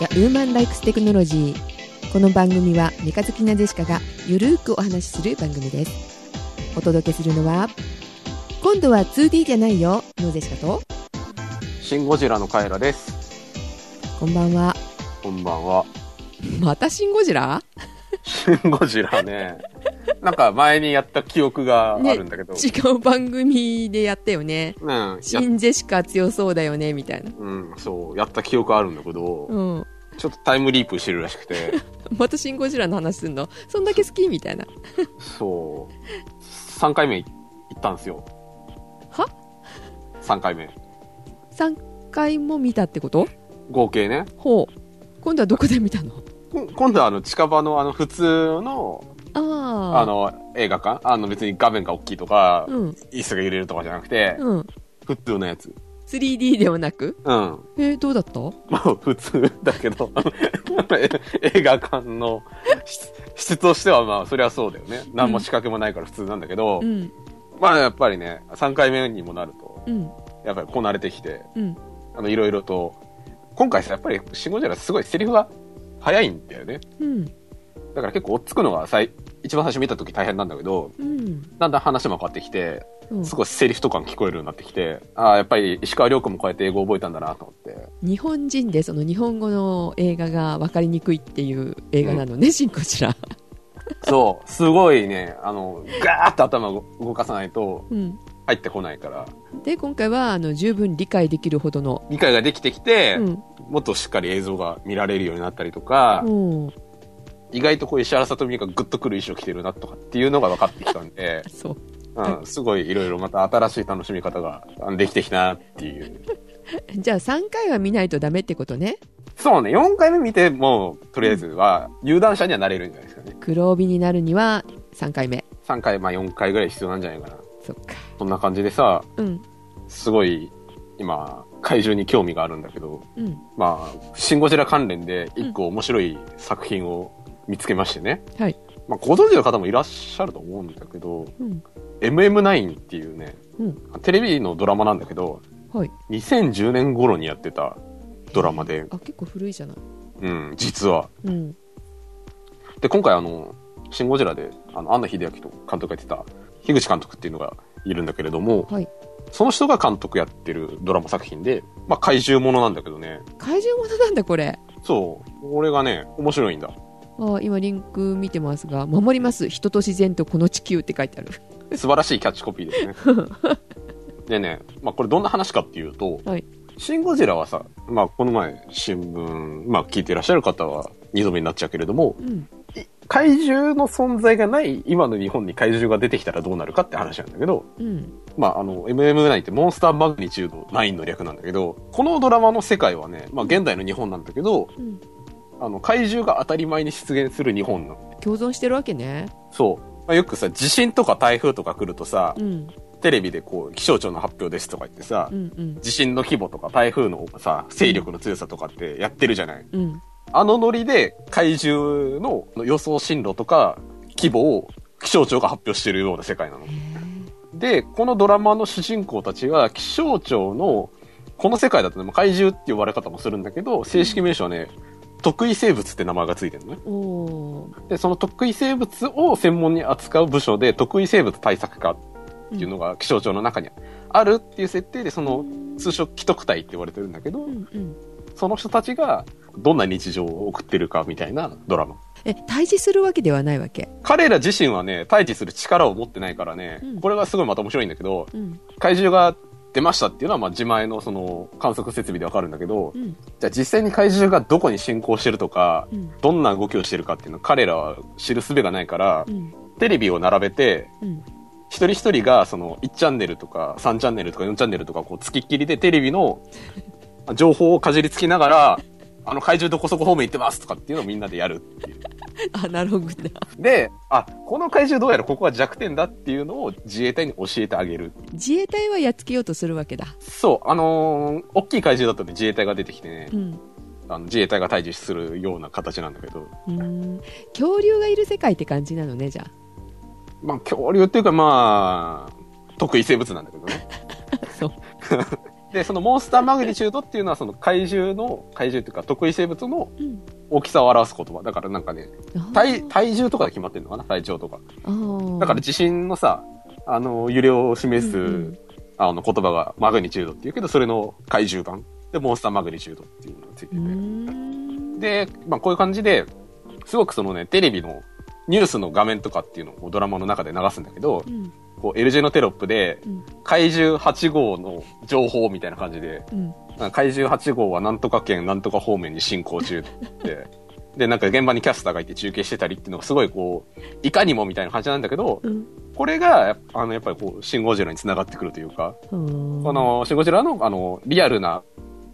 やウーマン・ライクス・テクノロジーこの番組はメカ好きなジェシカがゆるーくお話しする番組ですお届けするのは今度は 2D じゃないよのジェシカとシン・ゴジラのカエラです。こんばんはこんばんは。またシン・ゴジラシン・ゴジラね。なんか前にやった記憶があるんだけど。違う番組でやったよねうん、シやン・ジェシカ強そうだよねみたいなうん、そう、やった記憶あるんだけど、うんちょっとタイムリープしてるらしくて、またシン・ゴジラの話すんのそんだけ好きみたいなそう、3回目行ったんですよ。は ?3 回目。 3回も見たってこと合計ね。ほう今度はどこで見たのこ今度はあの近場のあの普通のあああの映画館あの別に画面が大きいとか、うん椅子が揺れるとかじゃなくて、うん普通のやつ。 3D ではなくうん。えー、どうだったまあ普通だけど、 え映画館の質質としてはまあそりゃそうだよね。何も仕掛けもないから普通なんだけど、うんまあやっぱりね、3回目にもなると、うんやっぱりこなれてきて、うんあのいろいろと、今回さ、やっぱりシンゴジラすごいセリフが早いんだよね。うんだから結構追っつくのが最、一番最初見た時大変なんだけど、うんだんだん話も変わってきて、うんすごいセリフとかも聞こえるようになってきて、ああ、やっぱり石川遼君もこうやって英語覚えたんだなと思って。日本人でその日本語の映画が分かりにくいっていう映画なのね、シン・ゴジラそう、すごいね、あの、ガーッと頭を動かさないとうん入ってこないから、で今回はあの十分理解できるほどの理解ができてきて、うんもっとしっかり映像が見られるようになったりとか、うん、意外とこう石原さとみがグッとくる衣装着てるなとかっていうのが分かってきたんでそううん、すごいいろいろまた新しい楽しみ方があできてきたなっていう。じゃあ3回は見ないとダメってことねそうね、4回目見ても、とりあえずは、有段者にはなれるんじゃないですかね。黒帯になるには3回目3回、まあ4回ぐらい必要なんじゃないかな。そっかそんな感じでさ、うんすごい、今、怪獣に興味があるんだけど、うんまあ、シン・ゴジラ関連で一個面白い作品を見つけましてね。はいまあ、ご存知の方もいらっしゃると思うんだけど、うん MM9 っていうね、うんテレビのドラマなんだけど、はい2010年頃にやってたドラマで、あ結構古いじゃないうん、実は。うんで、今回あの、シン・ゴジラで、あの、アンナ秀明と監督がやってた、樋口監督っていうのがいるんだけれども、はいその人が監督やってるドラマ作品で、まあ、怪獣ものなんだけどね、怪獣ものなんだこれそう、これがね、面白いんだ。あ今リンク見てますが「守ります人と自然とこの地球」って書いてある素晴らしいキャッチコピーです ね。でね、まあ、これどんな話かっていうと、はいシン・ゴジラはさ、まあ、この前新聞、まあ、聞いていらっしゃる方は2度目になっちゃうけれども、うんい怪獣の存在がない今の日本に怪獣が出てきたらどうなるかって話なんだけど、うんまあ、あの、MM9 ってモンスターマグニチュード9の略なんだけど、このドラマの世界はね、まあ、現代の日本なんだけど、うんあの、怪獣が当たり前に出現する日本なの。共存してるわけねそう。まあ、よくさ、地震とか台風とか来るとさ、うんテレビでこう、気象庁の発表ですとか言ってさう、ん地震の規模とか台風のさ、勢力の強さとかってやってるじゃない。うんうんあのノリで怪獣の予想進路とか規模を気象庁が発表してるような世界なの。で、このドラマの主人公たちが気象庁の、この世界だとね、まあ怪獣って呼ばれ方もするんだけど、正式名称はね、特異生物って名前がついてるのね。おーで、その特異生物を専門に扱う部署で、特異生物対策課っていうのが気象庁の中にあるっていう設定で、その通称既得体って言われてるんだけどう、んうんその人たちがどんな日常を送ってるかみたいなドラマ。え対峙するわけではないわけ彼ら自身はね、対峙する力を持ってないからねうん、これがすごいまた面白いんだけど、うん怪獣が出ましたっていうのは、まあ自前のその観測設備でわかるんだけどう、んじゃあ実際に怪獣がどこに進行してるとか、うんどんな動きをしてるかっていうのを彼らは知る術がないからう、んテレビを並べて、うん一人一人がその1チャンネルとか3チャンネルとか4チャンネルとかこう付きっきりでテレビの情報をかじりつきながら、あの怪獣どこそこ方面行ってますとかっていうのをみんなでやるっていう。 アナログだで、あ、この怪獣どうやらここは弱点だっていうのを自衛隊に教えてあげる。自衛隊はやっつけようとするわけだそう、あのー大きい怪獣だとね自衛隊が出てきてねう、んあの自衛隊が対峙するような形なんだけど、うーん恐竜がいる世界って感じなのねじゃあまあ 恐竜っていうかまあ、特異生物なんだけどね。そう で、そのモンスターマグニチュードっていうのは、その怪獣の、怪獣っていうか、得意生物のうん大きさを表す言葉。だからなんかね、あ体、ー体重とかで決まってるのかな体長とか。あーだから地震のさ、あの、揺れを示す、うんうんあの、言葉がマグニチュードっていうけど、それの怪獣版。で、モンスターマグニチュードっていうのがつういてて。ーんで、まあ、こういう感じで、すごくそのね、テレビのニュースの画面とかっていうのをドラマの中で流すんだけどう、んこう L 字のテロップでうん、怪獣8号の情報みたいな感じで、うんなんか怪獣8号はなんとか県なんとか方面に進行中って。で、なんか現場にキャスターがいて中継してたりっていうのがすごいこう、いかにもみたいな感じなんだけど、うんこれが、あの、やっぱりこう、シン・ゴジラに繋がってくるというか、ここの、シン・ゴジラの、あの、リアルな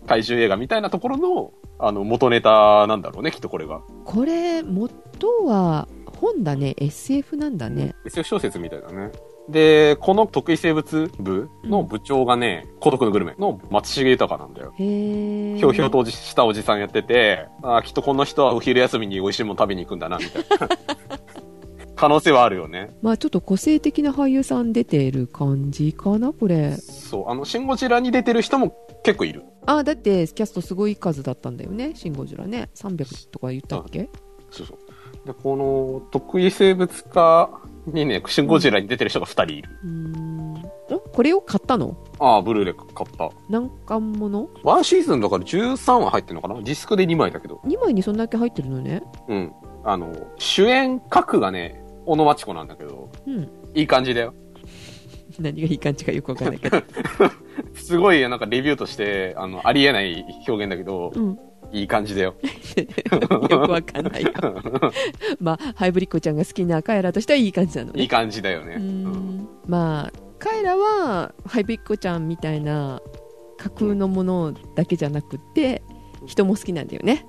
怪獣映画みたいなところの、あの、元ネタなんだろうね、きっとこれが。これ元は本だね SF なんだね SF 小説みたいだね。で、この特異生物部の部長がね、孤独のグルメの松重豊なんだよ。へえひょうひょうとおじしたおじさんやってて、ああ、きっとこの人はお昼休みに美味しいもの食べに行くんだな、みたいな。 可能性はあるよね。まあちょっと個性的な俳優さん出てる感じかなこれそう、あの、シン・ゴジラに出てる人も結構いる。あだってキャストすごい数だったんだよね「シン・ゴジラね」300とか言ったっけそうそう。で、この、特異生物化にね、シン・ゴジラに出てる人が2人いる。うーんおこれを買ったのああ、ブルーレイ買った。何巻ものワンシーズンだから13話入ってるのかなディスクで2枚だけど。 2枚にそんだけ入ってるのねうん。あの、主演格がね、小野真知子なんだけど、うんいい感じだよ。何がいい感じかよくわかんないけどすごい、なんかレビューとして、あの、ありえない表現だけど、うんいい感じだよ。 よくわかんないよ まあハイブリッコちゃんが好きなカエラとしてはいい感じなのねいい感じだよね。 ううんんまあ彼らはハイビッコちゃんみたいな架空のものだけじゃなくて人も好きなんだよね。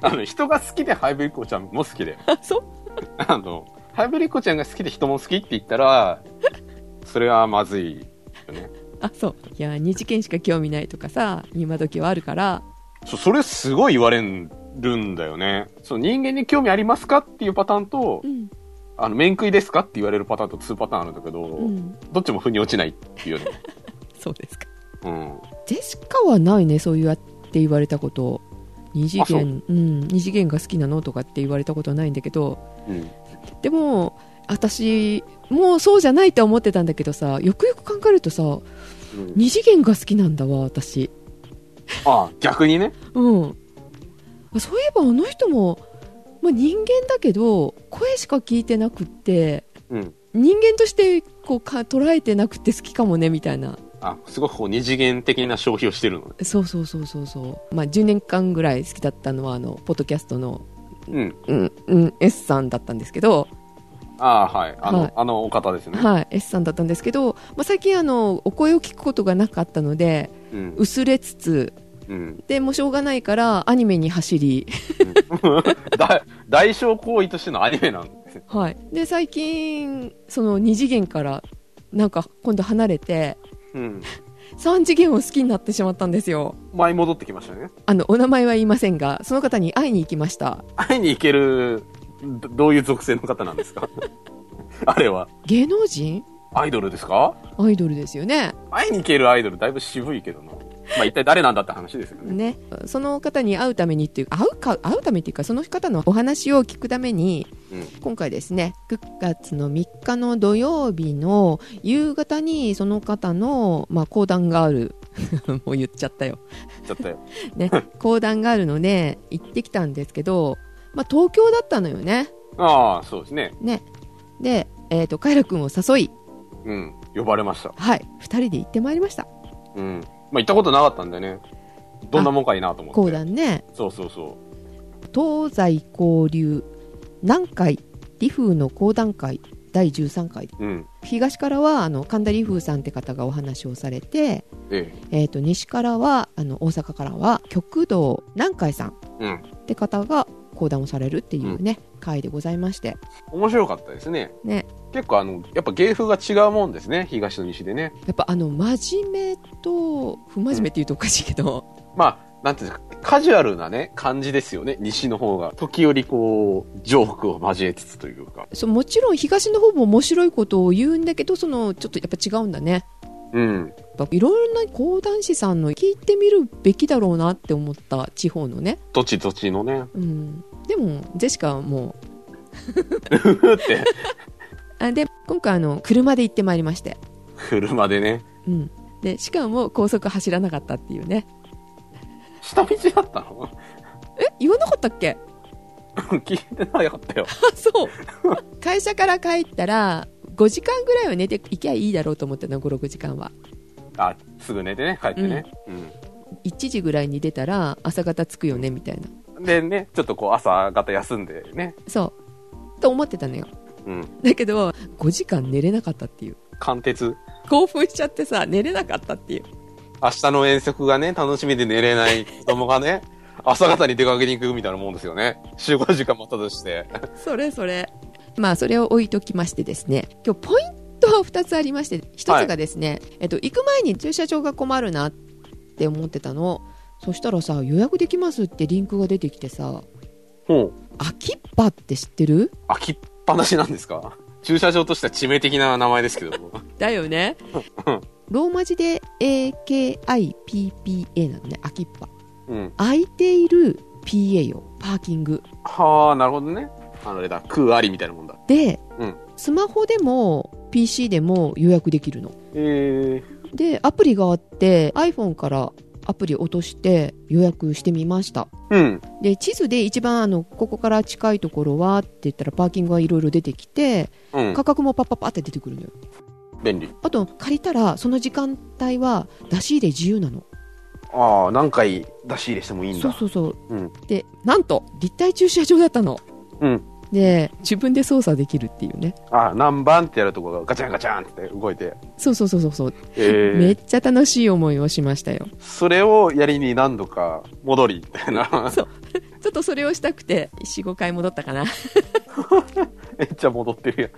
あの、人が好きでハイブリッコちゃんも好きだよ。あそうあの、ハイブリッコちゃんが好きで人も好きって言ったら、それはまずいよね。あそういや二次元しか興味ないとかさ今時はあるからそそれすごい言われるんだよね。そう、人間に興味ありますかっていうパターンとう、んあの、面食いですかって言われるパターンと2パターンあるんだけど、うんどっちも腑に落ちないっていうね。そうですかうん。ジェシカはないねそういうって言われたこと二次あそう元うん二次元が好きなのとかって言われたことはないんだけどうん。でも私もうそうじゃないとは思ってたんだけどさよくよく考えるとさうん、二次元が好きなんだわ私あ、逆にね。うん、あそういえばあの人も、まあ、人間だけど声しか聞いてなくってうん。人間としてこうか捉えてなくて好きかもねみたいなあ、すごくこう二次元的な消費をしてるのね。そうそうそうそうそう、まあ、10年間ぐらい好きだったのはあのポッドキャストの、うん。うんうん、S さんだったんですけど、あーはい。あの、はいあのお方ですね。はい、S さんだったんですけど、まあ、最近あのお声を聞くことがなかったのでうん。薄れつつうん。でもうしょうがないからアニメに走りだ代償行為としてのアニメなんですよ。はい、で最近その2次元からなんか今度離れてうん。 3次元を好きになってしまったんですよ舞い戻ってきましたね。あのお名前は言いませんがその方に会いに行きました会いに行ける、どどういう属性の方なんです かあれは。芸能人アイドルですかアイドルですよね会いに行けるアイドルだいぶ渋いけどな。まあ一体誰なんだって話ですよね。ねその方に会うためにっていう会うか会うためっていうかその方のお話を聞くためにうん。今回ですね9月の3日の土曜日の夕方にその方の、まあ、講談がある もう言っちゃったよちょっとよ。ね、講談があるので行ってきたんですけど、まあ、東京だったのよね。ああ、そうですね。ねで、えー、とカイラ君を誘い、うん。呼ばれました。はい、2人で行ってまいりましたうん。まあ行ったことなかったんでね。どんなもんかいなと思って。講談ねそうそうそ東西交流南海理風の講談会第13回う。うん。東からはあの神田理風さんって方がお話をされて、ええー、と西からはあの大阪からは極道南海さんえ。うん。って方が講談をされるっていうね、会でございまして面白かったですね。ね結構あの、やっぱ芸風が違うもんですね。東と西でね。やっぱあの真面目と不真面目って言うとおかしいけど、まあ、なんていうんですか、カジュアルなね、感じですよね。西の方が。時折こう、ジョークを交えつつというか。そうもちろん東の方も面白いことを言うんだけどそのちょっとやっぱ違うんだねううん。いろんな講談師さんの聞いてみるべきだろうなって思った地方のね、どっちどっちのね。うん、でもジェシカはもうふって、あで今回あの車で行ってまいりまして、車でね。うん、でしかも高速走らなかったっていうね下道だったの え言わなかったっけ聞いてなかったよ。あ そう会社から帰ったら5時間ぐらいは寝ていきゃいいだろうと思ってた56時間はあ、すぐ寝てね、帰ってね。 1時ぐらいに出たら朝方着くよねみたいなうん。でね、ちょっとこう朝方休んでね。そうと思ってたのようん。だけど5時間寝れなかったっていう貫徹。興奮しちゃってさ寝れなかったっていう明日の遠足がね、楽しみで寝れない子供が ね、朝方に出かけに行くみたいなもんですよね。集合時間待ったとして。それそれまあそれを置いときましてですね今日ポイントは2つありまして1つがですね、えっと、行く前に駐車場が困るなって思ってたのそしたらさ予約できますってリンクが出てきてさほう。空きっぱって知ってる開きっぱなしなんですか駐車場としては致命的な名前ですけども。だよねうんローマ字で AKIPPA なのね空きっぱうん。空いている PA よパーキングはあ、なるほどね。あの、あれだ、空ありみたいなもんだ。で、うんスマホでも PC でも予約できるのええでアプリがあって iPhone からアプリ落として予約してみましたうん。で地図で一番あのここから近いところはって言ったらパーキングがいろいろ出てきてうん。価格もパッパッパって出てくるのよ便利。あと借りたらその時間帯は出し入れ自由なのああ、何回出し入れしてもいいんそだ。うそうそう、うんでなんと立体駐車場だったのうんで自分で操作できるっていうねああ、何番ってやるとこがガチャンガチャンって動いて。そうそうそうそうそう、ええめっちゃ楽しい思いをしましたよそれをやりに何度か戻り、みた いな。ちょっとそれをしたくて45回戻ったかなめっちゃ戻ってる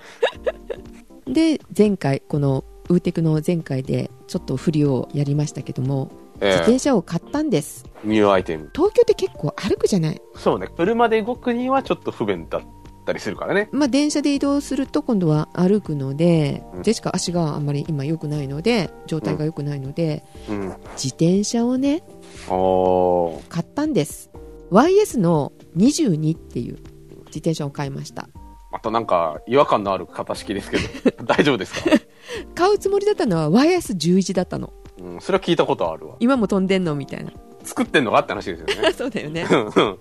で前回このウーテクの前回でちょっと振りをやりましたけども、や自ん。え転車を買ったんですえニューアイテム。東京って結構歩くじゃないそうね。車で動くにはちょっと不便だったりするからね。まあ電車で移動すると今度は歩くので、うんジェシカ足があんまり今良くないので状態が良くないので、うん。あ自転車をねあ。買ったんです YS の22っていう自転車を買いましたまたなんか違和感のある型式ですけ ど大丈夫ですか、買うつもりだったのは YS11 だったのうん、それは聞いたことあるわ今も飛んでんのみたいな作ってんのかって話ですよ ねそうだよねうんうん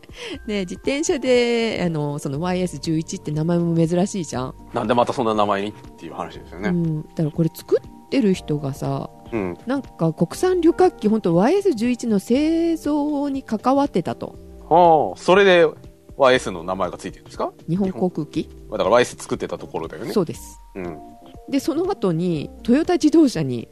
ね自転車であのその YS11 って名前も珍しいじゃん、なんでまたそんな名前にっていう話ですようねん、だからこれ作ってる人がさうんなんか国産旅客機本当 YS11 の製造に関わってたとはあそれで YS の名前がついてるんですか日本航空機、だから YS 作ってたところだよねそうですうん、でその後にトヨタ自動車に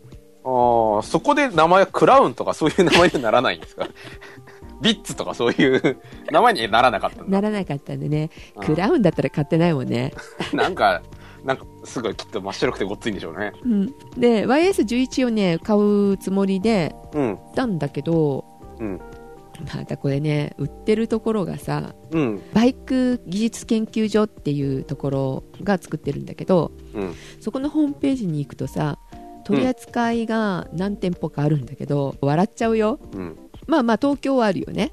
ああそこで名前はクラウンとかそういう名前にはならないんですか ビッツとかそういう名前にはならなかったんだならなかったんでねうんクラウンだったら買ってないもんね、 なんかなんかすごいきっと真っ白くてごっついんでしょうねうん、で YS11 をね買うつもりでうん行ったんだけど、うんまたこれね売ってるところがさうんバイク技術研究所っていうところが作ってるんだけどうんそこのホームページに行くとさ取り扱いが何店舗かあるんだけど、笑っちゃうようんまあまあ東京はあるよね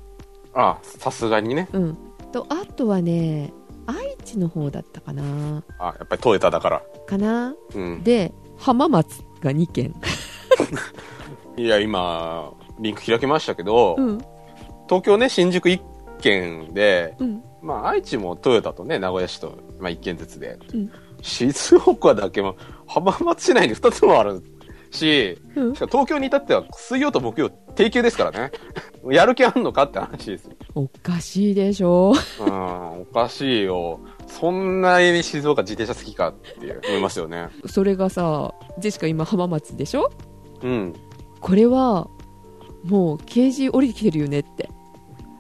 ああさすがにねうんとあとはね愛知の方だったかなあやっぱりトヨタだからかなうんで浜松が2軒いや、今、リンク開きましたけど、うん東京ね、新宿1軒で、うんまあ、愛知もトヨタとね、名古屋市と、まあ、1軒ずつで、うん静岡だけも、浜松市内に2つもあるし、うんしかも東京に至っては、水曜と木曜、定休ですからね。 やる気あんのかって話ですよ。おかしいでしょうん、おかしいよ。そんなに静岡自転車好きかって思いますよね。それがさジェシカ今浜松でしょうん。これはもうケージ降りてきてるよねって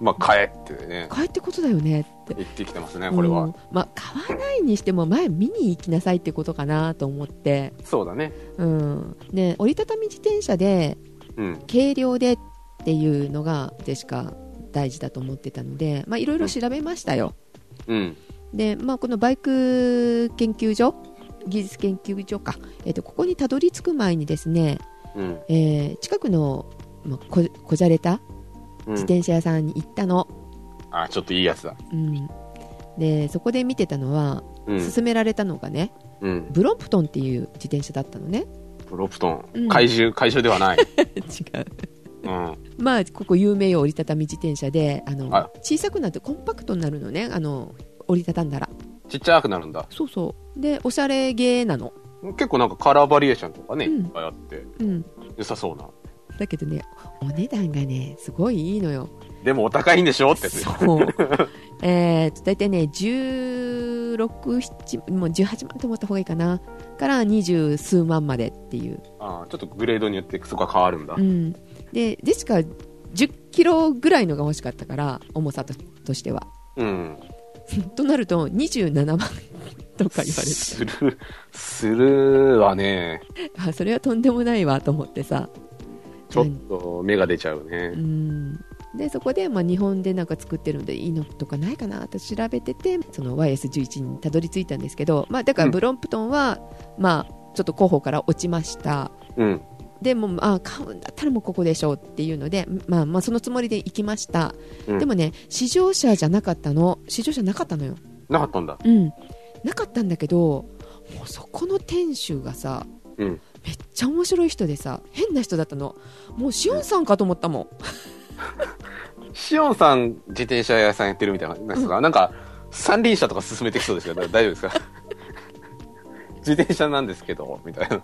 まあ、帰ってね、帰ってことだよねって行ってきてますね、これは。うんまあ買わないにしても前見に行きなさいってことかなと思って、そうだね。うん、ね折りたたみ自転車でうん。軽量でっていうのがでしか大事だと思ってたのでまあいろいろ調べましたよ、うん。で、まあ、このバイク研究所技術研究所か、えっとここにたどり着く前にですねうん。えー近くの、まあ、ここじゃれたう自ん。転車屋さんに行ったの、あ、ちょっといいやつだ。うん、でそこで見てたのは、うん。勧められたのがねうん。ブロンプトンっていう自転車だったのねプロプトン。うん怪獣、怪獣ではない。 違ううん。まあここ有名よ折りたたみ自転車であのは小さくなってコンパクトになるのねあの折りたたんだらちっちゃくなるんだ。そうそうでおしゃれげなの、結構なんかカラーバリエーションとかね、うんいっぱいあって、うん、良さそうな。だけどねお値段がねすごいいいのよでもお高いんでしょってやつ。そう えーと大体ね16 7もう18万と思った方がいいかなから20数万までっていう、あーちょっとグレードによってそこが変わるんだう。ん、でジェシカ1 0キロぐらいのが欲しかったから重さととしてはうん。となると27万とか言われて する、するはね、あそれはとんでもないわと思ってさちょっと目が出ちゃうねう。んでそこで、まあ、日本でなんか作ってるのでいいのとかないかなと調べててその YS11 にたどり着いたんですけど、まあ、だかうらんブロンプトンは、まあ、ちょっと候補から落ちましたうん。でもうあ買うんだったらもうここでしょうっていうので、まあ、まあそのつもりで行きました、うんでもね試乗車じゃなかったの試乗車なかったのよ、なかったんだ。うん、なかったんだけどもうそこの店主がさうん。めっちゃ面白い人でさ変な人だったのもうシオンさんかと思ったもんシオンさん自転車屋さんやってるみたいな感じですか、なんか三輪車とか進めてきそうですけど大丈夫です か自転車なんですけどみたいな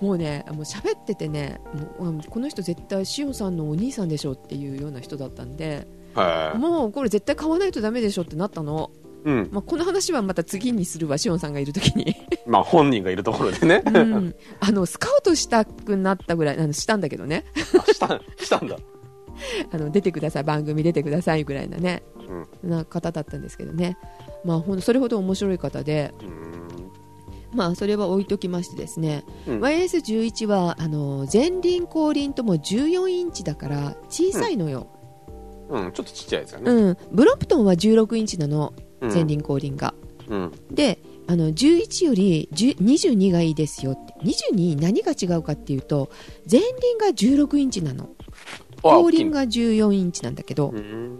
もうね、もう喋っててね、もうあもうこの人絶対しおさんのお兄さんでしょっていうような人だったんで、はいもうこれ絶対買わないとダメでしょってなったの。うんまあ、この話はまた次にするわ、しおんさんがいるときに、まあ本人がいるところでね、う ん。 あの、スカウトしたくなったぐらい、あの、したんだけどね。したしたんだあの、出てください、番組出てくださいぐらいなね、うんな方だったんですけどね。まあ、ほんとそれほど面白い方で、うんまあ、それは置いときましてですね、うん YS11 はあの前輪後輪とも14インチだから小さいのよ、うんちょっとちっちゃいですようね、んブロンプトンは16インチなのうん前輪後輪が、うんであの11より10 22がいいですよって22何が違うかっていうと前輪が16インチなのあ後大きい輪が14インチなんだけど、うん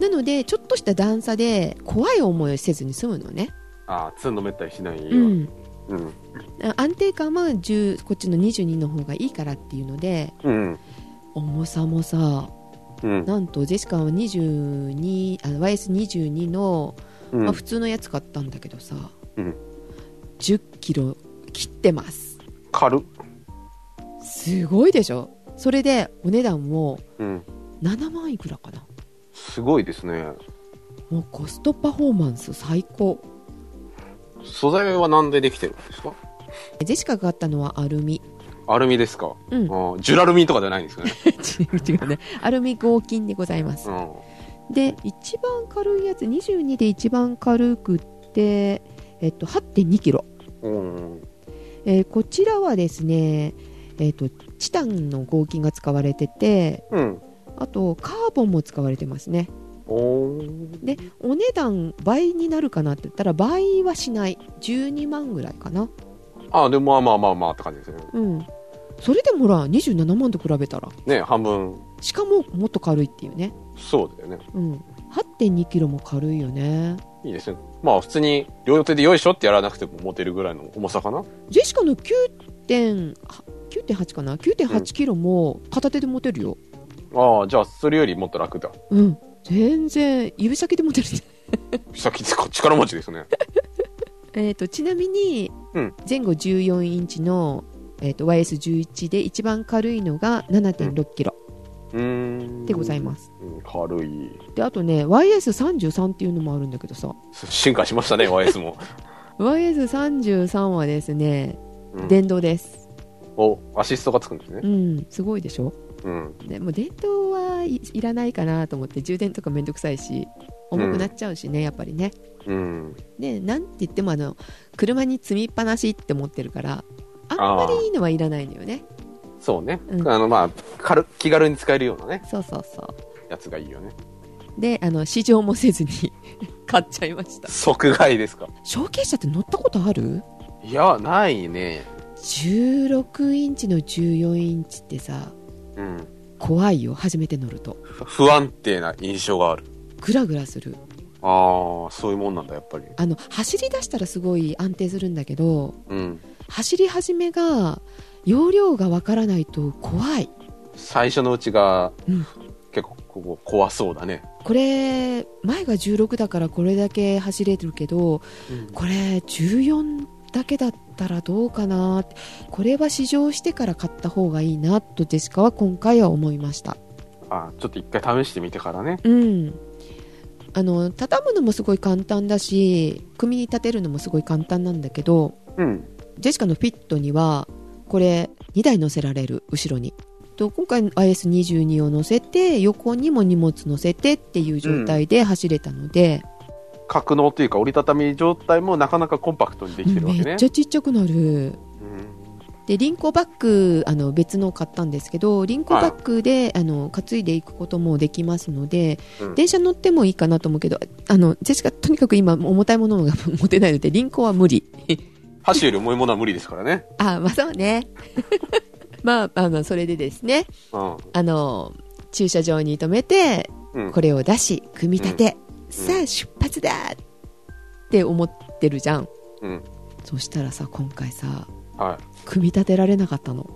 なのでちょっとした段差で怖い思いをせずに済むのね、あつんのめったりしないようん、うん安定感は10こっちの22の方がいいからっていうのでうん重さもさうんなんとジェシカは22あの YS22 の、うんまあ、普通のやつ買ったんだけどさ、うん10キロ切ってます軽っすごいでしょそれでお値段もうん7万いくらかなすごいですねもうコストパフォーマンス最高素材は何でできてるんですかジェシカが買ったのはアル ミアルミですか、うん違あジュラルミンとかじゃないんですよね、う違うねアルミ合金でございますうんで一番軽いやつ22で一番軽くって、えっと、8 2キロうんえーこちらはですね、えー、とチタンの合金が使われててうん。あとカーボンも使われてますねおーでお値段倍になるかなって言ったら倍はしない12万ぐらいかなあ、でもまあまあまあまあって感じですよね。うんそれでもほら27万と比べたらね、半分、しかももっと軽いっていうね、そうだよね。うん、8 2キロも軽いよねいいですね。まあ普通に両手でよいしょってやらなくても持てるぐらいの重さかな。ジェシカの9.8 9.8かな9.8キロも片手で持てるよ、ああ、じゃあそれよりもっと楽だ。うん、全然指先で持てる先っこ力持ちですね。えー、とちなみにうん前後14インチの、えー、と YS11 で一番軽いのが7 6キロうーん。でございます、うん。軽い。であとね YS33 っていうのもあるんだけどさ進化しましたね、YS も。 YS33 はですねうん、電動です、お、アシストがつくんですねう。んすごいでしょうん。でもう電動はい、いらないかなと思って充電とかめんどくさいし重くなっちゃうしね、やっぱりねうん。でなんて言ってもあの車に積みっぱなしって思ってるからあんまりいいのはいらないのよねそうね。うんあの、まあ、軽、気軽に使えるようなね、そうそうそうやつがいいよね。であの試乗もせずに 買っちゃいました即買いですか。証券車って乗ったことあるいや、ないね。 16インチの14インチってさうん。怖いよ初めて乗ると不安定な印象がある。グラグラするああ、そういうもんなんだ、やっぱり。あの走り出したらすごい安定するんだけどうん。走り始めが容量がわからないと怖い最初のうちが、うん結構ここ怖そうだね。これ前が16だからこれだけ走れてるけどこれ14だけだったらどうかなってこれは試乗してから買った方がいいなとジェシカは今回は思いましたあちょっと一回試してみてからね。うんあの畳むのもすごい簡単だし組み立てるのもすごい簡単なんだけどうん。ジェシカのフィットにはこれ2台乗せられる後ろにと今回の IS22 を乗せて横にも荷物乗せてっていう状態で走れたので、格納というか折りたたみ状態もなかなかコンパクトにできてるわけめねっち。ゃちっちゃくなるうんでリンコバッグあの別のを買ったんですけどリンコバッグで、あの担いでいくこともできますので、うん電車乗ってもいいかなと思うけどあのジェシカとにかく今重たいものが持てないのでリンコは無理箸より重いものは無理ですからね。あまあそうね まああのそれでですねうん。あの駐車場に止めてうんこれを出し組み立て、さあ出発だって思ってるじゃんうん。そしたらさ今回さは組み立てられなかったのい。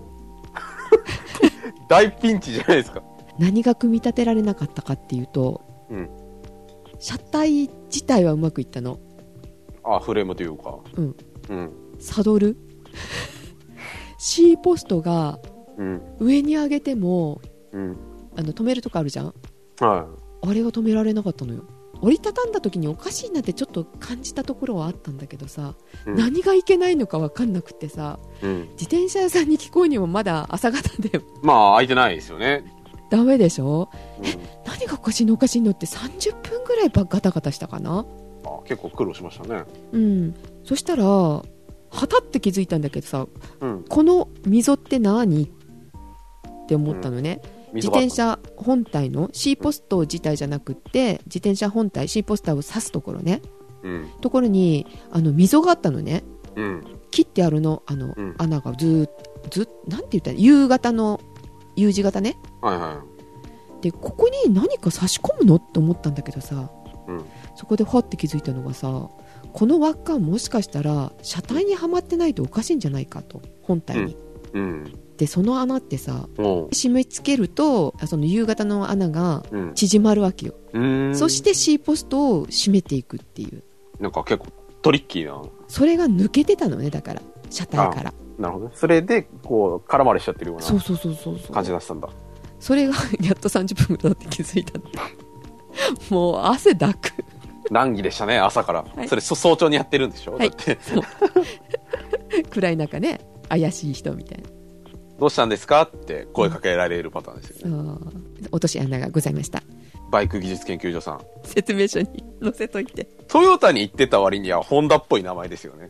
大ピンチじゃないですか。何が組み立てられなかったかっていうと、うん車体自体はうまくいったのあフレームというか。うん。うん。サドル C ポストがうん。上に上げてもうん。あの止めるとこあるじゃんはあれが止められなかったのよ折りたたんだ時におかしいなってちょっと感じたところはあったんだけどさ、い。うん。何がいけないのか分かんなくってさうん。自転車屋さんに聞こうにもまだ朝方でまあ、空いてないですよね。ダメでしょうん何がおかしいのおかしいのって30分ぐらいばガタガタしたかなあ結構苦労しましたね。うん、そしたらはたって気づいたんだけどさうん。この溝って何って思ったのね、自溝があっ転た車本体の C ポスト自体じゃなくって自転車本体 C ポスターを刺すところねうん。ところにあの溝があったのねうん。切ってあるのあの、うん穴がずーっとずーっとなんて言ったら U 型の U 字型ねはいはでここに何か差し込むのって思ったんだけどさい。うん。そこでほって気づいたのがさこの輪っかもしかしたら車体にはまってないとおかしいんじゃないかと本体に、うん。でその穴ってさおう。締め付けるとあその夕方の穴がうん。縮まるわけよ、うーんそして C ポストを締めていくっていうなんか結構トリッキーな。それが抜けてたのねだから車体からなるほどね。それで、こう、絡まれしちゃってるようそうなそうそうそうそ感じうがしたんだ。それが やっと30分だって気づいたのもう汗だく難儀でしたね、朝から。いそれ、そ早朝にやってるんでしょ、はいだって、暗い中ね怪しい人みたいなどうしたんですかって声かけられるパターンですよね。そう落とし穴がございましたバイク技術研究所さん。説明書に載せといてトヨタに行ってた割には、ホンダっぽい名前ですよね。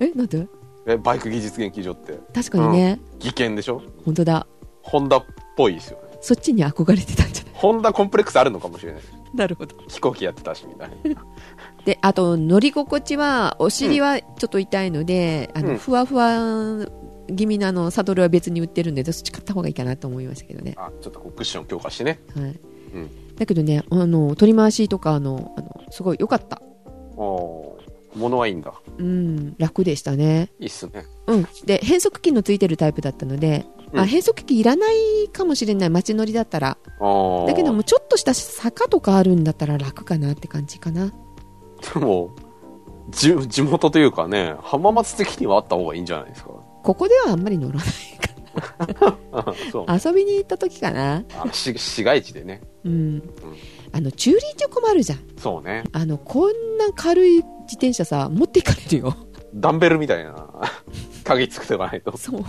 えなんでえ、バイク技術研究所って、確かにね、技研でしょ本当だホンダっぽいですよね。そっちに憧れてたんじゃないホンダコンプレックスあるのかもしれない。なるほど飛行機やってたし、みたいな。であと乗り心地はお尻はちょっと痛いので、あうのんふわふわ気味のあのサドルは別に売ってるんでそっち買った方がいいかなと思いましたけどね、あ、ちょっとこうクッション強化してね。はいうんだけどねあの取り回しとかあのあのすごい良かったおー物はいいんだ。うん楽でしたねいいっすね。うんで変速機のついてるタイプだったので、うんあ変速機いらないかもしれない街乗りだったらああ。だけどもちょっとした坂とかあるんだったら楽かなって感じかなでも、じ地元というかね、浜松的にはあった方がいいんじゃないですか。 ここではあんまり乗らないあそう。遊びに行った時かなあし市街地でね。うんあの駐輪場困るじゃんそうね。あのこんな軽い自転車さ持っていかれるよダンベルみたいな、 鍵つけておかないと。そう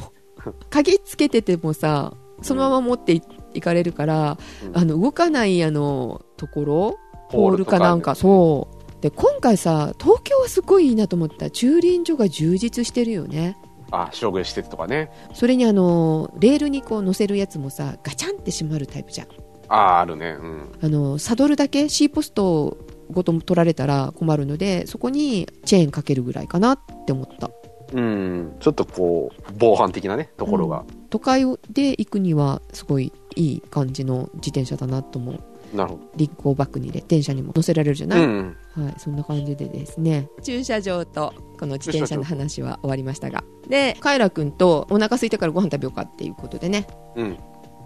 鍵つけててもさそのまま持っていいかれるから、うんあの動かないあのところポールかなんかそうで今回さ東京はすごいいいなと思った駐輪場が充実してるよねあ、商業施設とかね。それにあのレールにこう乗せるやつもさガチャンって閉まるタイプじゃんあ、あるね。うん。あのサドルだけ C ポストごと取られたら困るのでそこにチェーンかけるぐらいかなって思ったうん、ちょっとこう、防犯的なね、ところが。都会で行くにはすごいいい感じの自転車だなと思うなるほリンクをバッグに入れ電車にも乗せられるじゃど。なうい、ん。はい、そんな感じでですね駐車場とこの自転車の話は終わりましたがでカイラくんとお腹空いたからご飯食べようかっていうことでね、うん。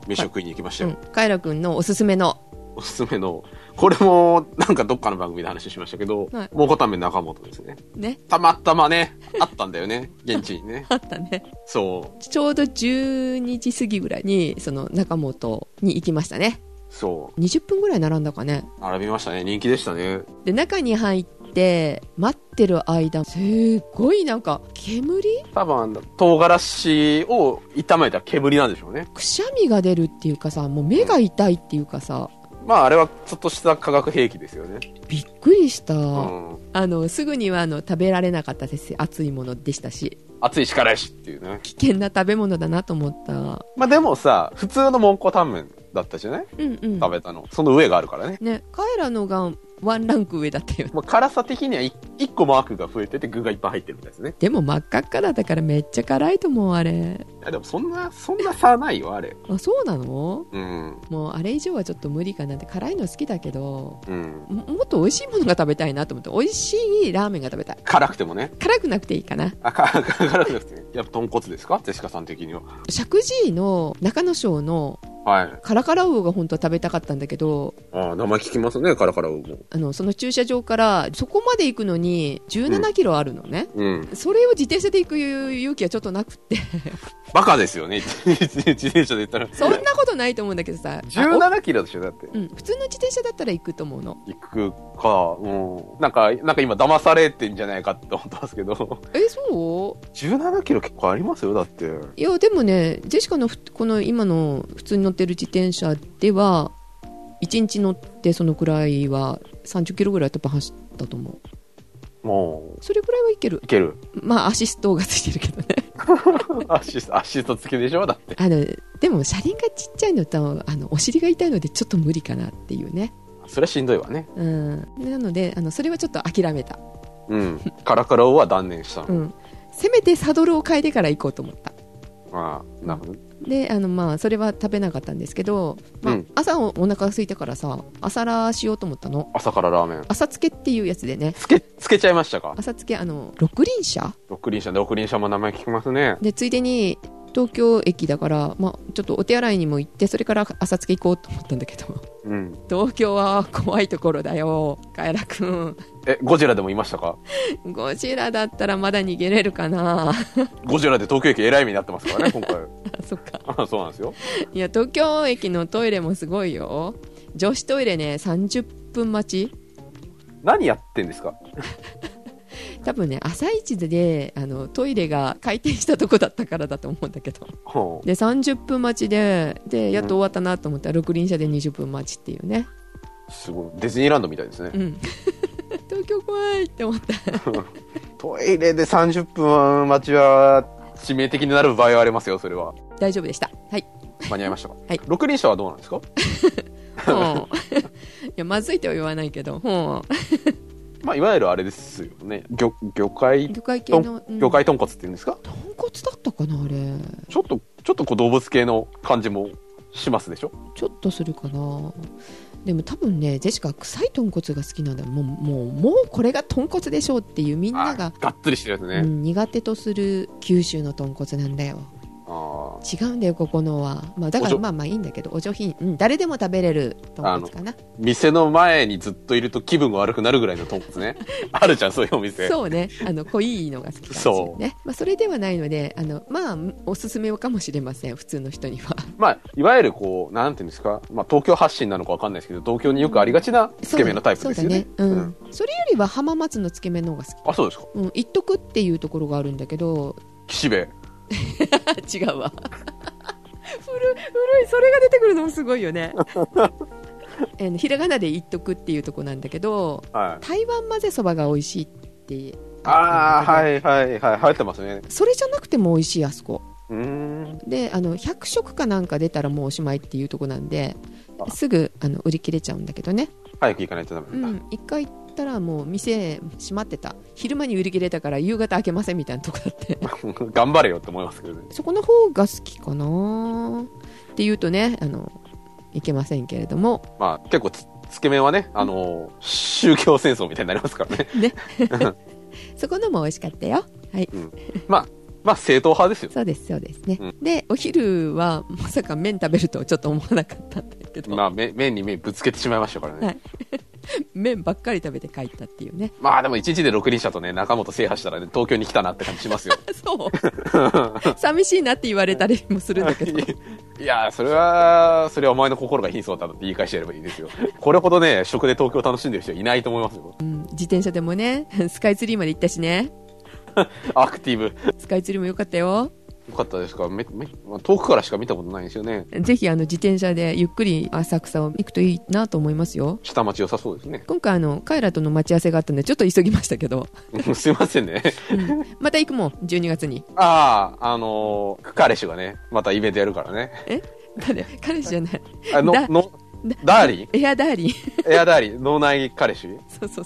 飯を食いに行きましたうよ。ん、カイラくんのおすすめのおすすめの、これも、なんかどっかの番組で話しましたけど、はい蒙古タンメン中本ですね。ねたまたまね、あったんだよね、現地にね。あったねそう、ちょうど12時過ぎぐらいにその中本に行きましたねそ20分ぐらい並んだかねう、並びましたね、人気でしたね。で中に入って待ってる間すっごいなんか煙多分、あの唐辛子を炒めた煙なんでしょうね。くしゃみが出るっていうかさもう目が痛いっていうかさまあ、あれはちょっとした化学兵器ですよね。びっくりした、うん。あのすぐにはあの食べられなかったです熱いものでしたし熱いしからしっていうね。危険な食べ物だなと思ったまあでもさ、普通の蒙古タンメンだったじゃないうんうん食べたの。その上があるからね。ね彼らのがワンランク上だったよまあ、辛さ的には一一個マークが増えてて具がいっぱい入ってるみたいですね。でも真っ赤っかだったからめっちゃ辛いと思うあれいやでもそんな、そんな差ないよ、あれ。あそうなのうん。もうあれ以上はちょっと無理かなって辛いの好きだけどうん。ももっと美味しいものが食べたいなと思って美味しいラーメンが食べたい辛くてもね。辛くなくていいかなあ、か辛くなくてね。やっぱ豚骨ですかジェシカさん的には。石神井の中野省のはい。カラカラウオが本当は食べたかったんだけどああ、名前聞きますね、カラカラウも。あのその駐車場からそこまで行くのに1 7キロあるのね、うん。それを自転車で行く勇気はちょっとなくってバカですよね、 自転車で言ったら。そんなことないと思うんだけどさあ17キロでしょ、だって。おうん、普通の自転車だったら行くと思うの行くか、うん。なんか、なんか今騙されてんじゃないかって思ったんですけど。えそう17キロ結構ありますよ、だって。いやでもねジェシカのふこの今の普通に乗ってる自転車では1日乗ってそのくらいは30キロぐらい多分走ったと思うもそれぐらいはいけるう、いける。まあアシストがついてるけどね アシスト、アシスト付きでしょだって。あのでも車輪がちっちゃいのとあのお尻が痛いのでちょっと無理かなっていうね、それはしんどいわね。うん、なのであのそれはちょっと諦めた、うん。カラカラ王は断念したの。うん、せめてサドルを変えてから行こうと思ったまあ、なるほどね。であのまあそれは食べなかったんですけど、まあうん朝おお腹空いたからさ朝ラーしようと思ったの朝からラーメン。朝漬けっていうやつでねつけ、つけちゃいましたか朝漬けあの六輪車六輪車、六輪車も名前聞きますね。でついでに東京駅だから、まあ、ちょっとお手洗いにも行ってそれから朝漬け行こうと思ったんだけど うん。東京は怖いところだよカエラくんえ、ゴジラでもいましたかゴジラだったらまだ逃げれるかな ゴジラで東京駅偉い目になってます からね、今回。そっかあそうなんですよ。いや東京駅のトイレもすごいよ女子トイレね30分待ち何やってんですか多分ね朝一であのトイレが開店したとこだったからだと思うんだけどほうで30分待ちででやっと終わったなと思ったら六輪車で20分待ちっていうねすごい。ディズニーランドみたいですねう。ん 東京怖いって思ったトイレで30分待ちは、致命的になる場合はありますよ、それは。大丈夫でしたはい間に合いましたかはい六輪車はどうなんですかほう いやまずいとは言わないけどほまあ、いわゆるあれですよね。魚、魚介う魚介系の、うん魚介豚骨って言うんですか、豚骨だったかなあれちょっと、ちょっとこう動物系の感じもしますでしょちょっとするかなでも多分ねジェシカは臭い豚骨が好きなんだよもうもうもうこれが豚骨でしょうっていうみんなあが、がっつりしてるやつうね。ん苦手とする九州の豚骨なんだよあ違うんだよここのは、まあ、だかおら上まあまあいいんだけどお上品、うん、誰でも食べれる豚骨かなー店の前にずっといると気分が悪くなるぐらいの豚骨ね。あるじゃん、そういうお店。そうねあの濃いのが好きなんですよねまあ、それではないのであのまあおすすめかもしれません普通の人にはまあ、いわゆるこう、なんていうんですか、まあ、東京発信なのかわかんないですけど、東京によくありがちなつけ麺のタイプですよね。そうだねうんそれよりは浜松のつけ麺の方が好きあ、そうですか。うん、一徳っていうところがあるんだけど岸辺。 違うわ 古い古いそれが出てくるのもすごいよね えーひらがなで言っとくっていうとこなんだけどはい。台湾混ぜそばが美味しいってああ、はいいはいはい。流行ってますね。それじゃなくても美味しいあそこうーん。であの100食かなんか出たらもうおしまいっていうとこなんであすぐあの売り切れちゃうんだけどね早く行かないとダメうなんだ。ん一回行っったらもう店閉まってた昼間に売り切れたから夕方開けませんみたいなとこだって 頑張れよって思いますけどね。そこの方が好きかなっていうとねあのいけませんけれどもまあ結構つ、つけ麺はね、あのー宗教戦争みたいになりますから ね。そこのも美味しかったよはいまあ、まあ正統派ですよ。そうですそうですね、うでお昼はまさか麺食べるとはちょっと思わなかったんだけど、まあ、麺麺に麺ぶつけてしまいましたからね。はい麺ばっかり食べて帰ったっていうねまあでも一日で6輪車とね、中本制覇したらね、東京に来たなって感じしますよ。そう寂しいなって言われたりもするんだけど いやー、それは、それはお前の心が貧相だって言い返してやればいいですよ。これほどね、食で東京を楽しんでる人はいないと思いますよ。うん自転車でもねスカイツリーまで行ったしねアクティブ。スカイツリーも良かったよよかったですかめめまあ遠くからしか見たことないんですよね。ぜひあの自転車でゆっくり浅草を行くといいなと思いますよ下町良さそうですね。 今回あのカイラとの待ち合わせがあったんでちょっと急ぎましたけどうんすいませんね。 また行くもん12月にああ、あのー彼氏がね、またイベントやるからね。誰彼氏じゃないあのだ、の、ダーリンエアダーリンエアダーリン脳内彼氏そうそうそう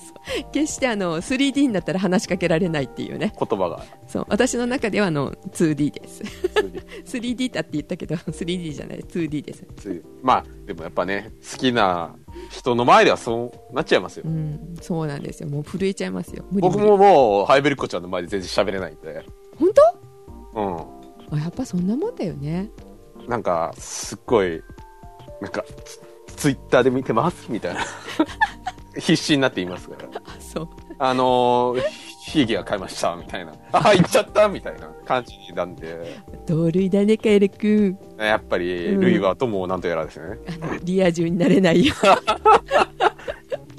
決してあの 3D になったら話しかけられないっていうね言葉が。そう私の中ではあの 2D ですそれで 3D だって言ったけど 3D じゃない 2D ですついまあ、でもやっぱね、好きな人の前ではそうなっちゃいますよう。んそうなんですよもう震えちゃいますよ無理無理僕ももう、ハイベリッコちゃんの前で全然喋れないんで。本当うあやっぱそんなもんだよねん。なんか、すっごい、なんか、ツツイッターで見てますみたい な。必死になって言いますから。あそうあのー、ひげが買いました、みたいな。あ、行っちゃったみたいな感じなんで。同類だねカエル君やっぱり、ルイはともなんとやらですね。あのリア充になれ ないよ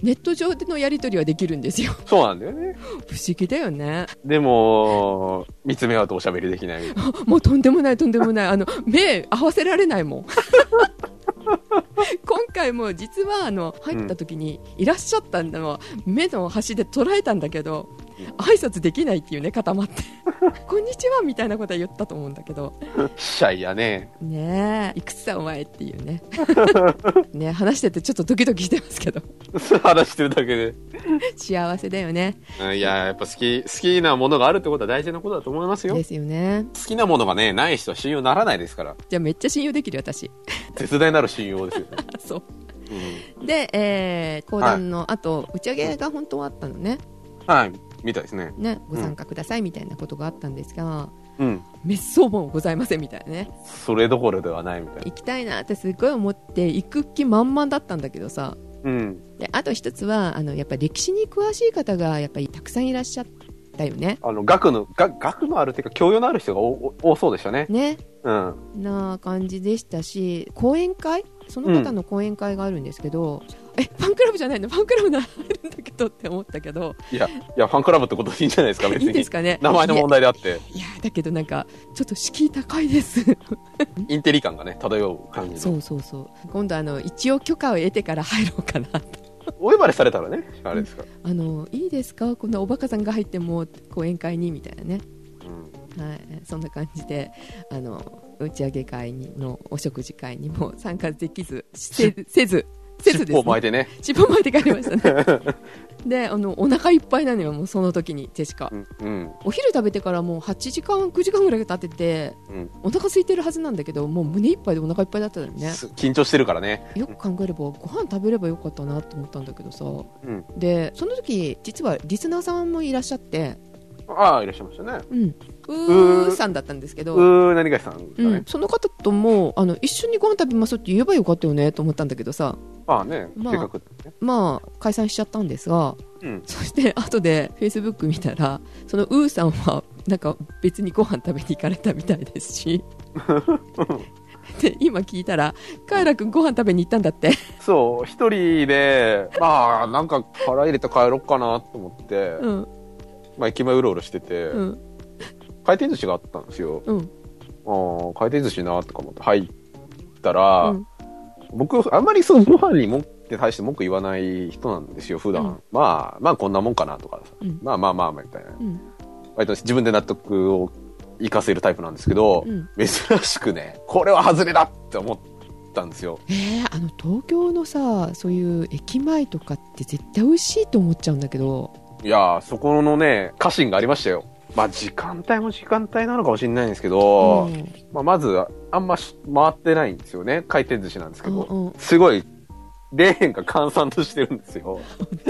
ネット上でのやり取りはできるんですよ そうなんだよね。不思議だよねでも、見つめ合うとおしゃべりできない。あ もうとんでもないとんでもないあの目合わせられないもん今回も実はあの入った時にいらっしゃったのは目の端で捉えたんだけど挨拶できないっていうね固まって 「こんにちは」みたいなことは言ったと思うんだけどシャイやね。ねえいくつだお前っていう ねね話しててちょっとドキドキしてますけど話してるだけで。幸せだよねうんいや、やっぱ好き、好きなものがあるってことは大事なことだと思いますよ。で好すよねきなものがね、ない人は信用ならないですから。じゃあめっちゃ信用できるよ私絶大なる信用ですよね。あそううんで、えー講談のあと、打ち上げが本当はあったのねはい、みたいですね。ねご参加くださいみたいなことがあったんですが、うん。滅相もございませんみたいなねそれどころではないみたいな。行きたいなってすごい思って行く気満々だったんだけどさうん。であと一つはあのやっぱり歴史に詳しい方がやっぱりたくさんいらっしゃったよねあの、学の、が学のあるっていうか、教養のある人がおお多そうでしたね。ねうん。な感じでしたし講演会その方の講演会があるんですけど、えファンクラブじゃないのファンクラブなら入るんだけどって思ったけどいや、いや、ファンクラブってことでいいんじゃないですか、別いいに。んですかね名前の問題であって、いやいやだけどなんかちょっと敷居高いですインテリ感がね、漂う感じそで。うそうそう今度あの一応許可を得てから入ろうかなお呼ばれされたらね、あれですから。あのいいですかこんなおバカさんが入っても講演会にみたいなね、うん。はい、そんな感じであの打ち上げ会にのお食事会にも参加できず せせずせずです、尻尾ねを、巻いてね。尻尾巻いて帰りましたね であのお腹いっぱいなのよもうその時にジェシカ、うん。うん。お昼食べてからもう8時間9時間ぐらい経っててうんお腹空いてるはずなんだけどもう胸いっぱいでお腹いっぱいだったのよねす緊張してるからね。よく考えればご飯食べればよかったなと思ったんだけどさうん。でその時実はリスナーさんもいらっしゃってああ、いらっしゃいましたね。うんうーうーさんだったんですけど、うー、何がさんだうねん。、その方ともあの一緒にご飯食べますって言えばよかったよねと思ったんだけどさああね、まあせっかくだね。まあ解散しちゃったんですが うん。そして後でフェイスブック見たらそのウーさんはなんか別にご飯食べに行かれたみたいです しで今聞いたらカイラ君ご飯食べに行ったんだって、そう、一人で、まあ、なんか腹入れて帰ろうかなと思って、うんまあ、駅前うろうろしてて、うん回転寿司があったんですよ。うんああ、回転寿司なとか思って入ったら、うん僕、あんまりそのご飯に文句に対して文句言わない人なんですよ、普段。うんまあ、まあこんなもんかなとかさ、うんまあまあまあ、みたいな。うん割と自分で納得を活かせるタイプなんですけど、うん珍しくね、これは外れだって思ったったんですよ。えー、あの東京のさそういう駅前とかって絶対美味しいと思っちゃうんだけどいやー、そこのね、家臣がありましたよ。まあ、時間帯も時間帯なのかもしれないんですけど、うんまあ、まず、あんまし回ってないんですよね。回転寿司なんですけど。うんうんすごい、レーンが閑散としてるんですよ。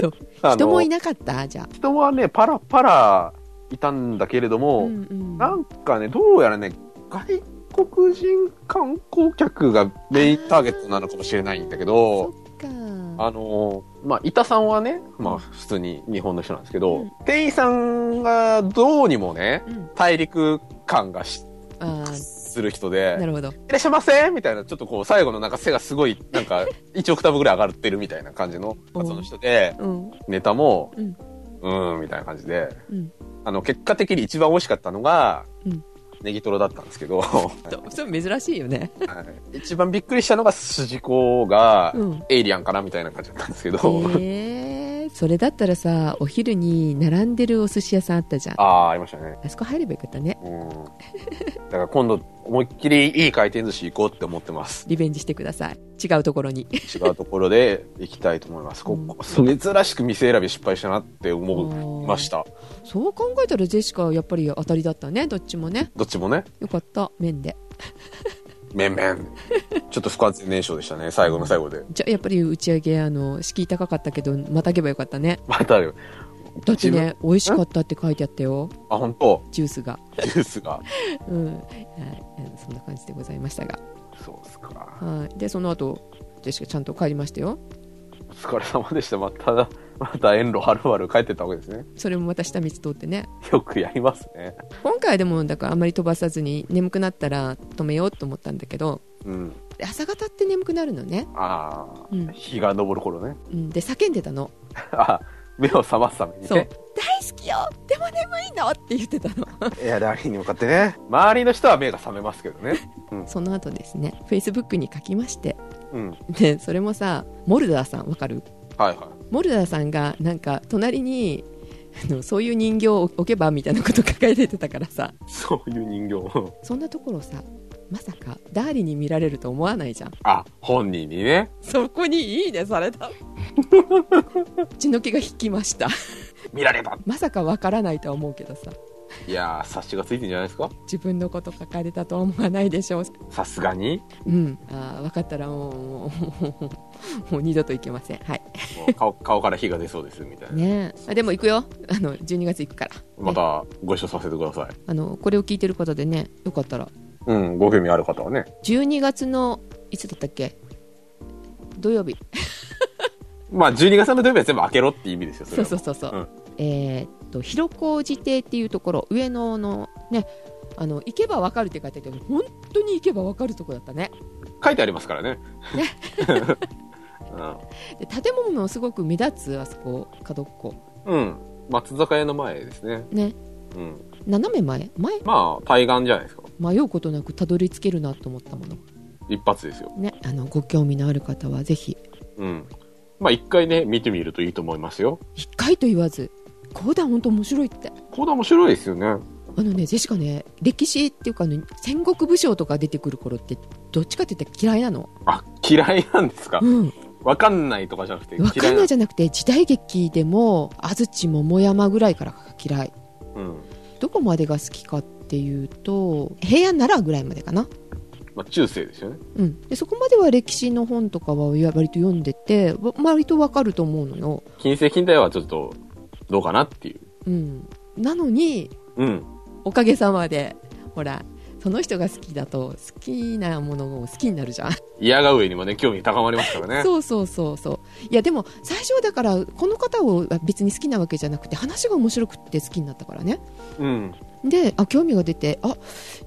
本あ当の人もいなかったじゃあ、人はね、パラパラいたんだけれども、うんうんなんかね、どうやらね、外国人観光客がメインターゲットなのかもしれないんだけそど、っかあのーまあ、板さんはね、まあ、普通に日本の人なんですけど、うん店員さんがどうにもね、うん、大陸感がしあする人ーなで、るほどいらっしゃいませみたいな、ちょっとこう、最後のなんか背がすごい、なんか、1オクターブぐらい上がってるみたいな感じの発音の人で、うんネタも、うんうーん、みたいな感じで、うんあの、結果的に一番美味しかったのが、うんネギトロだったんですけど、はいとそれ珍しいよね一番びっくりしたのが、筋子が、うんエイリアンかなみたいな感じだったんですけど、えー、それだったらさお昼に並んでるお寿司屋さんあったじゃんあああ、ありましたね。そこ入ればよかったねうん。だから今度、思いっきりいい回転寿司行こうって思ってます。リベンジしてください違うところに違うところで行きたいと思います。こうんこ珍しく店選び失敗したなって思いました。そう考えたらジェシカやっぱり当たりだったねどっちもねどっちもね、よかった面でめんめん。ちょっと不完全燃焼でしたね、最後の最後で。じゃあやっぱり打ち上げあの敷居高かったけどまたげばよかったねまたあるよ。だってね美味しかったって書いてあったよあ、本当ジュースがジュースが。うん、はい、あのそんな感じでございましたがそうですか。はいでその後ジェシカちゃんと帰りましたよお疲れ様でした。また、また遠路はるばる帰ってったわけですね。それもまた下道通ってねよくやりますね。今回はでもだからあんまり飛ばさずに眠くなったら止めようと思ったんだけどうん。で朝方って眠くなるのね、ああ、うん日が昇る頃ね。うん、で叫んでたのあ目を覚ますためにそう大ね好。きよでも眠いのって言ってたのいや、ラリーに向かってね。周りの人は目が覚めますけどね。その後ですねフェイスブックに書きましてうん。でそれもさモルダーさんわかるはいはい。モルダーさんがなんか隣に あのそういう人形を置けばみたいなこと書かれてたからさそういう人形。そんなところさまさかダーリに見られると思わないじゃんあ、本人にね。そこにいいねされた血の気が引きました見られたまさかわからないとは思うけどさいやー、察しがついてんじゃないですか自分のこと書かれたとは思わないでしょうさすがに。うんあー分かったらもうもうもう もう二度と行けませんはいも う顔顔から火が出そうです、みたいな。ねえあでも行くよあの12月行くから、まねた、ご一緒させてください。あのこれを聞いてる方でねよかったらうん、ご興味ある方はね。 12月のいつだったっけ土曜日まあ、12月の土曜日は全部開けろって意味ですよ、そそれうはそうそうそう、うんえーっと広小路邸っていうところ上野のねあの行けばわかるって書いてあるけど本当に行けばわかるとこだったね書いてありますからね。で建物もすごく目立つあそこ角っこ うん。うん。松坂屋の前ですね。ねうん。斜め前前まあ、対岸じゃないですか。迷うことなくたどり着けるなと思ったもの一発ですよ。ねあのご興味のある方はぜひうん。まあ、一回ね、見てみるといいと思いますよ。一回と言わず講談本当面白いって講談面白いですよね。あのねジェシカね歴史っていうかあの戦国武将とか出てくる頃ってどっちかって言ったら嫌いなのあ、嫌いなんですかうんわかんないとかじゃなくて、嫌わかんないいじゃなくて時代劇でも安土桃山ぐらいからが嫌いうん。どこまでが好きかっていうと平安ならぐらいまでかなまあ、中世ですよね。うん、でそこまでは歴史の本とかは割と読んでてわ割とわかると思うのよ、近世近代はちょっと、どうかなっていう。うん、なのにうん。おかげさまでほらその人が好きだと好きなものを好きになるじゃん、嫌が上にもね、興味高まりますからね。そうそうそうそういやでも最初はだからこの方を別に好きなわけじゃなくて話が面白くって好きになったからねうん。であ興味が出てあ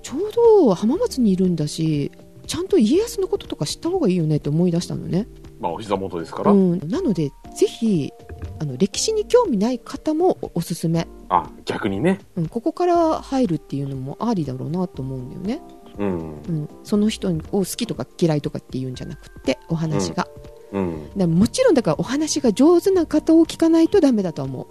ちょうど浜松にいるんだしちゃんと家康のこととか知った方がいいよねって思い出したのね、まあ、お膝元ですから。うん、なのでぜひあの歴史に興味ない方もおおすすめ、あ、逆にね。うん、ここから入るっていうのもありだろうなと思うんだよねうん。うん、その人を好きとか嫌いとかっていうんじゃなくてお話が、うん。だからもちろんだからお話が上手な方を聞かないとダメだとは思う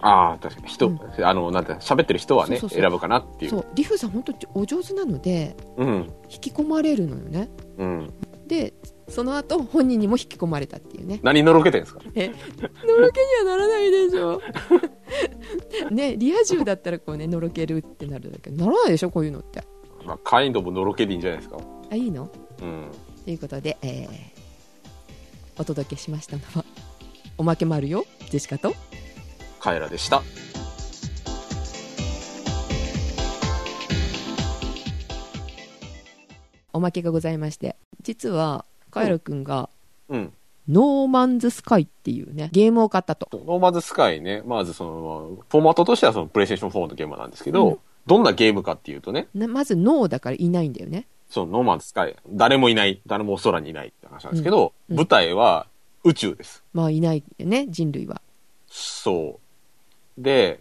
ああ、確かに。人、うあの、なんて、喋ってる人はねそうそうそう選ぶかなっていう。そうリフさん本当お上手なのでうん。引き込まれるのよねうん。でその後本人にも引き込まれたっていうね何のろけてんですかえのろけにはならないでしょ ねリア充だったらこうねのろけるってなるんだけどならないでしょこういうのってまあ、カインドものろけでいいんじゃないですか。あいいのうん。ということで、えーお届けしましたのはおまけもあるよジェシカとカエラでした。おまけがございまして実はカエル君がうん。ノーマンズスカイっていうねゲームを買ったとノーマンズスカイね、まずその、フォーマットとしてはそのプレイステーション4のゲームなんですけど、うんどんなゲームかっていうとね、なまずノーだからいないんだよねそのノーマンズスカイ、誰もいない、誰も空にいないって話なんですけど、うんうん舞台は宇宙です。まあいないよね人類はそう。で、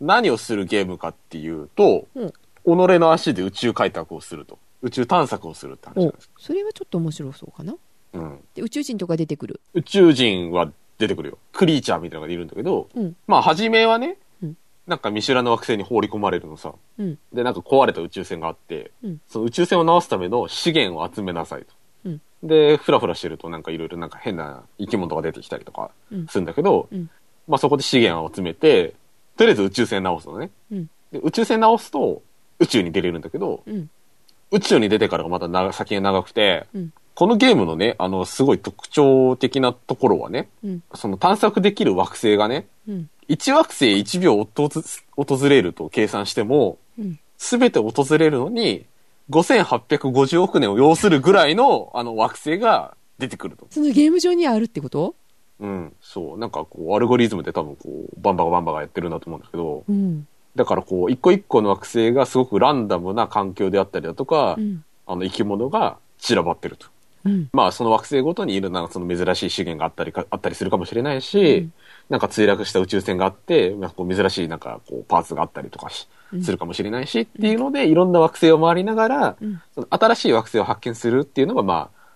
何をするゲームかっていうと、うん己の足で宇宙開拓をすると。宇宙探索をするって話なんおです。それはちょっと面白そうかなうん。で宇宙人とか出てくる宇宙人は出てくるよ。クリーチャーみたいなのがいるんだけど、うんまあ、初めはね、うんなんか見知らぬ惑星に放り込まれるのさ。うんで、なんか壊れた宇宙船があって、うんその宇宙船を直すための資源を集めなさいと。うんで、ふらふらしてるとなんかいろいろなんか変な生き物が出てきたりとかうんするんだけど、うんまあそこで資源を集めて、とりあえず宇宙船直すのね。うんで宇宙船直すと宇宙に出れるんだけど、うん宇宙に出てからがまた長先が長くて、うんこのゲームのね、あの、すごい特徴的なところはね、うんその探索できる惑星がね、うん1惑星1秒訪訪れると計算しても、うんすべて訪れるのに、5850億年を要するぐらいの、あの、惑星が出てくると。そのゲーム上にあるってことうん。そう。なんかこう、アルゴリズムで多分こう、バンバがバンバがやってるんだと思うんだけど、うんだからこう、一個一個の惑星がすごくランダムな環境であったりだとか、うんあの、生き物が散らばってると。うんまあ、その惑星ごとにいろんなその珍しい資源があったりか、あったりするかもしれないし、うんなんか墜落した宇宙船があって、まあ、こう珍しいなんかこうパーツがあったりとかしうんするかもしれないし、っていうので、いろんな惑星を回りながら、うんその新しい惑星を発見するっていうのが、まあ、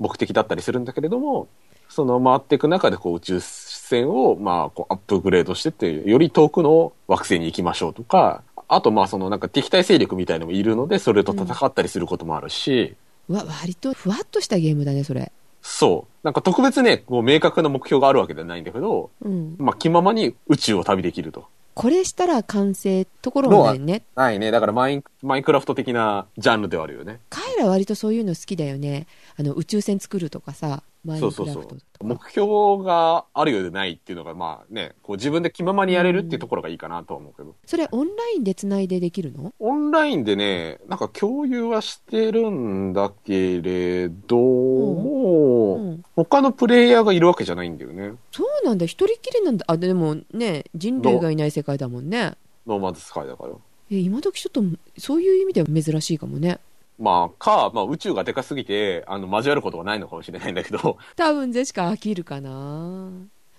目的だったりするんだけれども、その回っていく中でこう宇宙船を、まあ、こうアップグレードしてって、より遠くの惑星に行きましょうとか、あと、まあ、そのなんか敵対勢力みたいのもいるので、それと戦ったりすることもあるし、うわ割とふわっとしたゲームだねそれそう。なんか特別ね、こう明確な目標があるわけではないんだけど、うんまあ、気ままに宇宙を旅できると。これしたら完成ところもないねないね。だからマイン、マインクラフト的なジャンルではあるよね。カエラ割とそういうの好きだよねあの宇宙船作るとかさマインそうクそラうフそトとかう。目標があるようでないっていうのが、まあね、こう自分で気ままにやれるっていうところがいいかなとは思うけど。それオンラインでつないでできるのオンラインでね、なんか共有はしてるんだけれども、うん他のプレイヤーがいるわけじゃないんだよね。そうなんだ一人きりなんだあでもね人類がいない世界だもんねノーマンズスカイだから。え今時ちょっとそういう意味では珍しいかもねまあ、か、まあ宇宙がでかすぎて、あの、交わることがないのかもしれないんだけど、 多分ゼシカ飽きるかな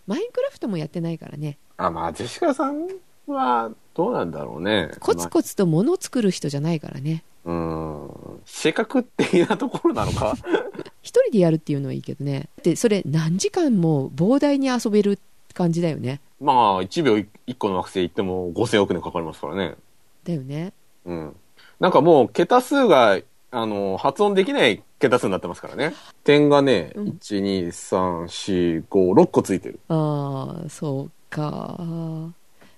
マインクラフトもやってないからねあ、まあ、ジェシカさんは、どうなんだろうね。コツコツと物を作る人じゃないからねまあうーん。性格的なところなのか一人でやるっていうのはいいけどねでそれ何時間も膨大に遊べる感じだよねまあ、1秒1個の惑星行っても5000億年かかりますからね。だよねうん。なんかもう、桁数が、あの、発音できない桁数になってますからね。点がね、うん1、2、3、4、5、6個ついてる。ああそうか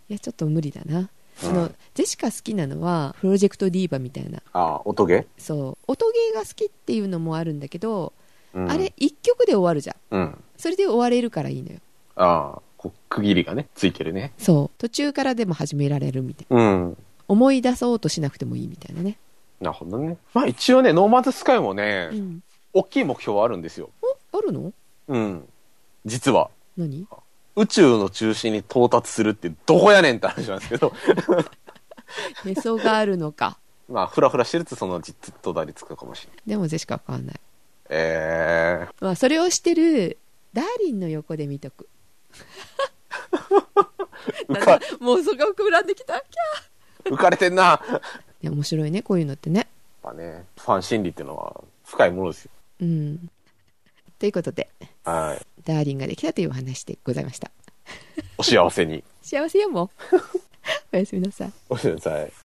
いやちょっと無理だな、うんあのジェシカ好きなのはプロジェクトディーバみたいなあ、音ゲ、そう音ゲーが好きっていうのもあるんだけど、うん、あれ1曲で終わるじゃんうん。それで終われるからいいのよああ、こう区切りがね、ついてるね。そう途中からでも始められるみたいなうん。思い出そうとしなくてもいいみたいなね、なるほどね。まあ一応ね、ノーマンズスカイもね、うん、大きい目標はあるんですよ。おあるのうん。実は、何宇宙の中心に到達するってどこやねんって話なんですけど、へそがあるのかまあ、ふらふらしてるとそのうちずっとたりつくかもしれない。でもジェシカは変わんない、えまあ、それをしてるダーリンの横で見とくー、浮か、妄想が膨らんできたキャー浮かれてんな。やっいや面白いねこういうのってねぱね、ファン心理っていうのは深いものですよ。うんということではい。ダーリンができたというお話でございましたお幸せに。幸せよもう おやすみなさいおやすみなさい。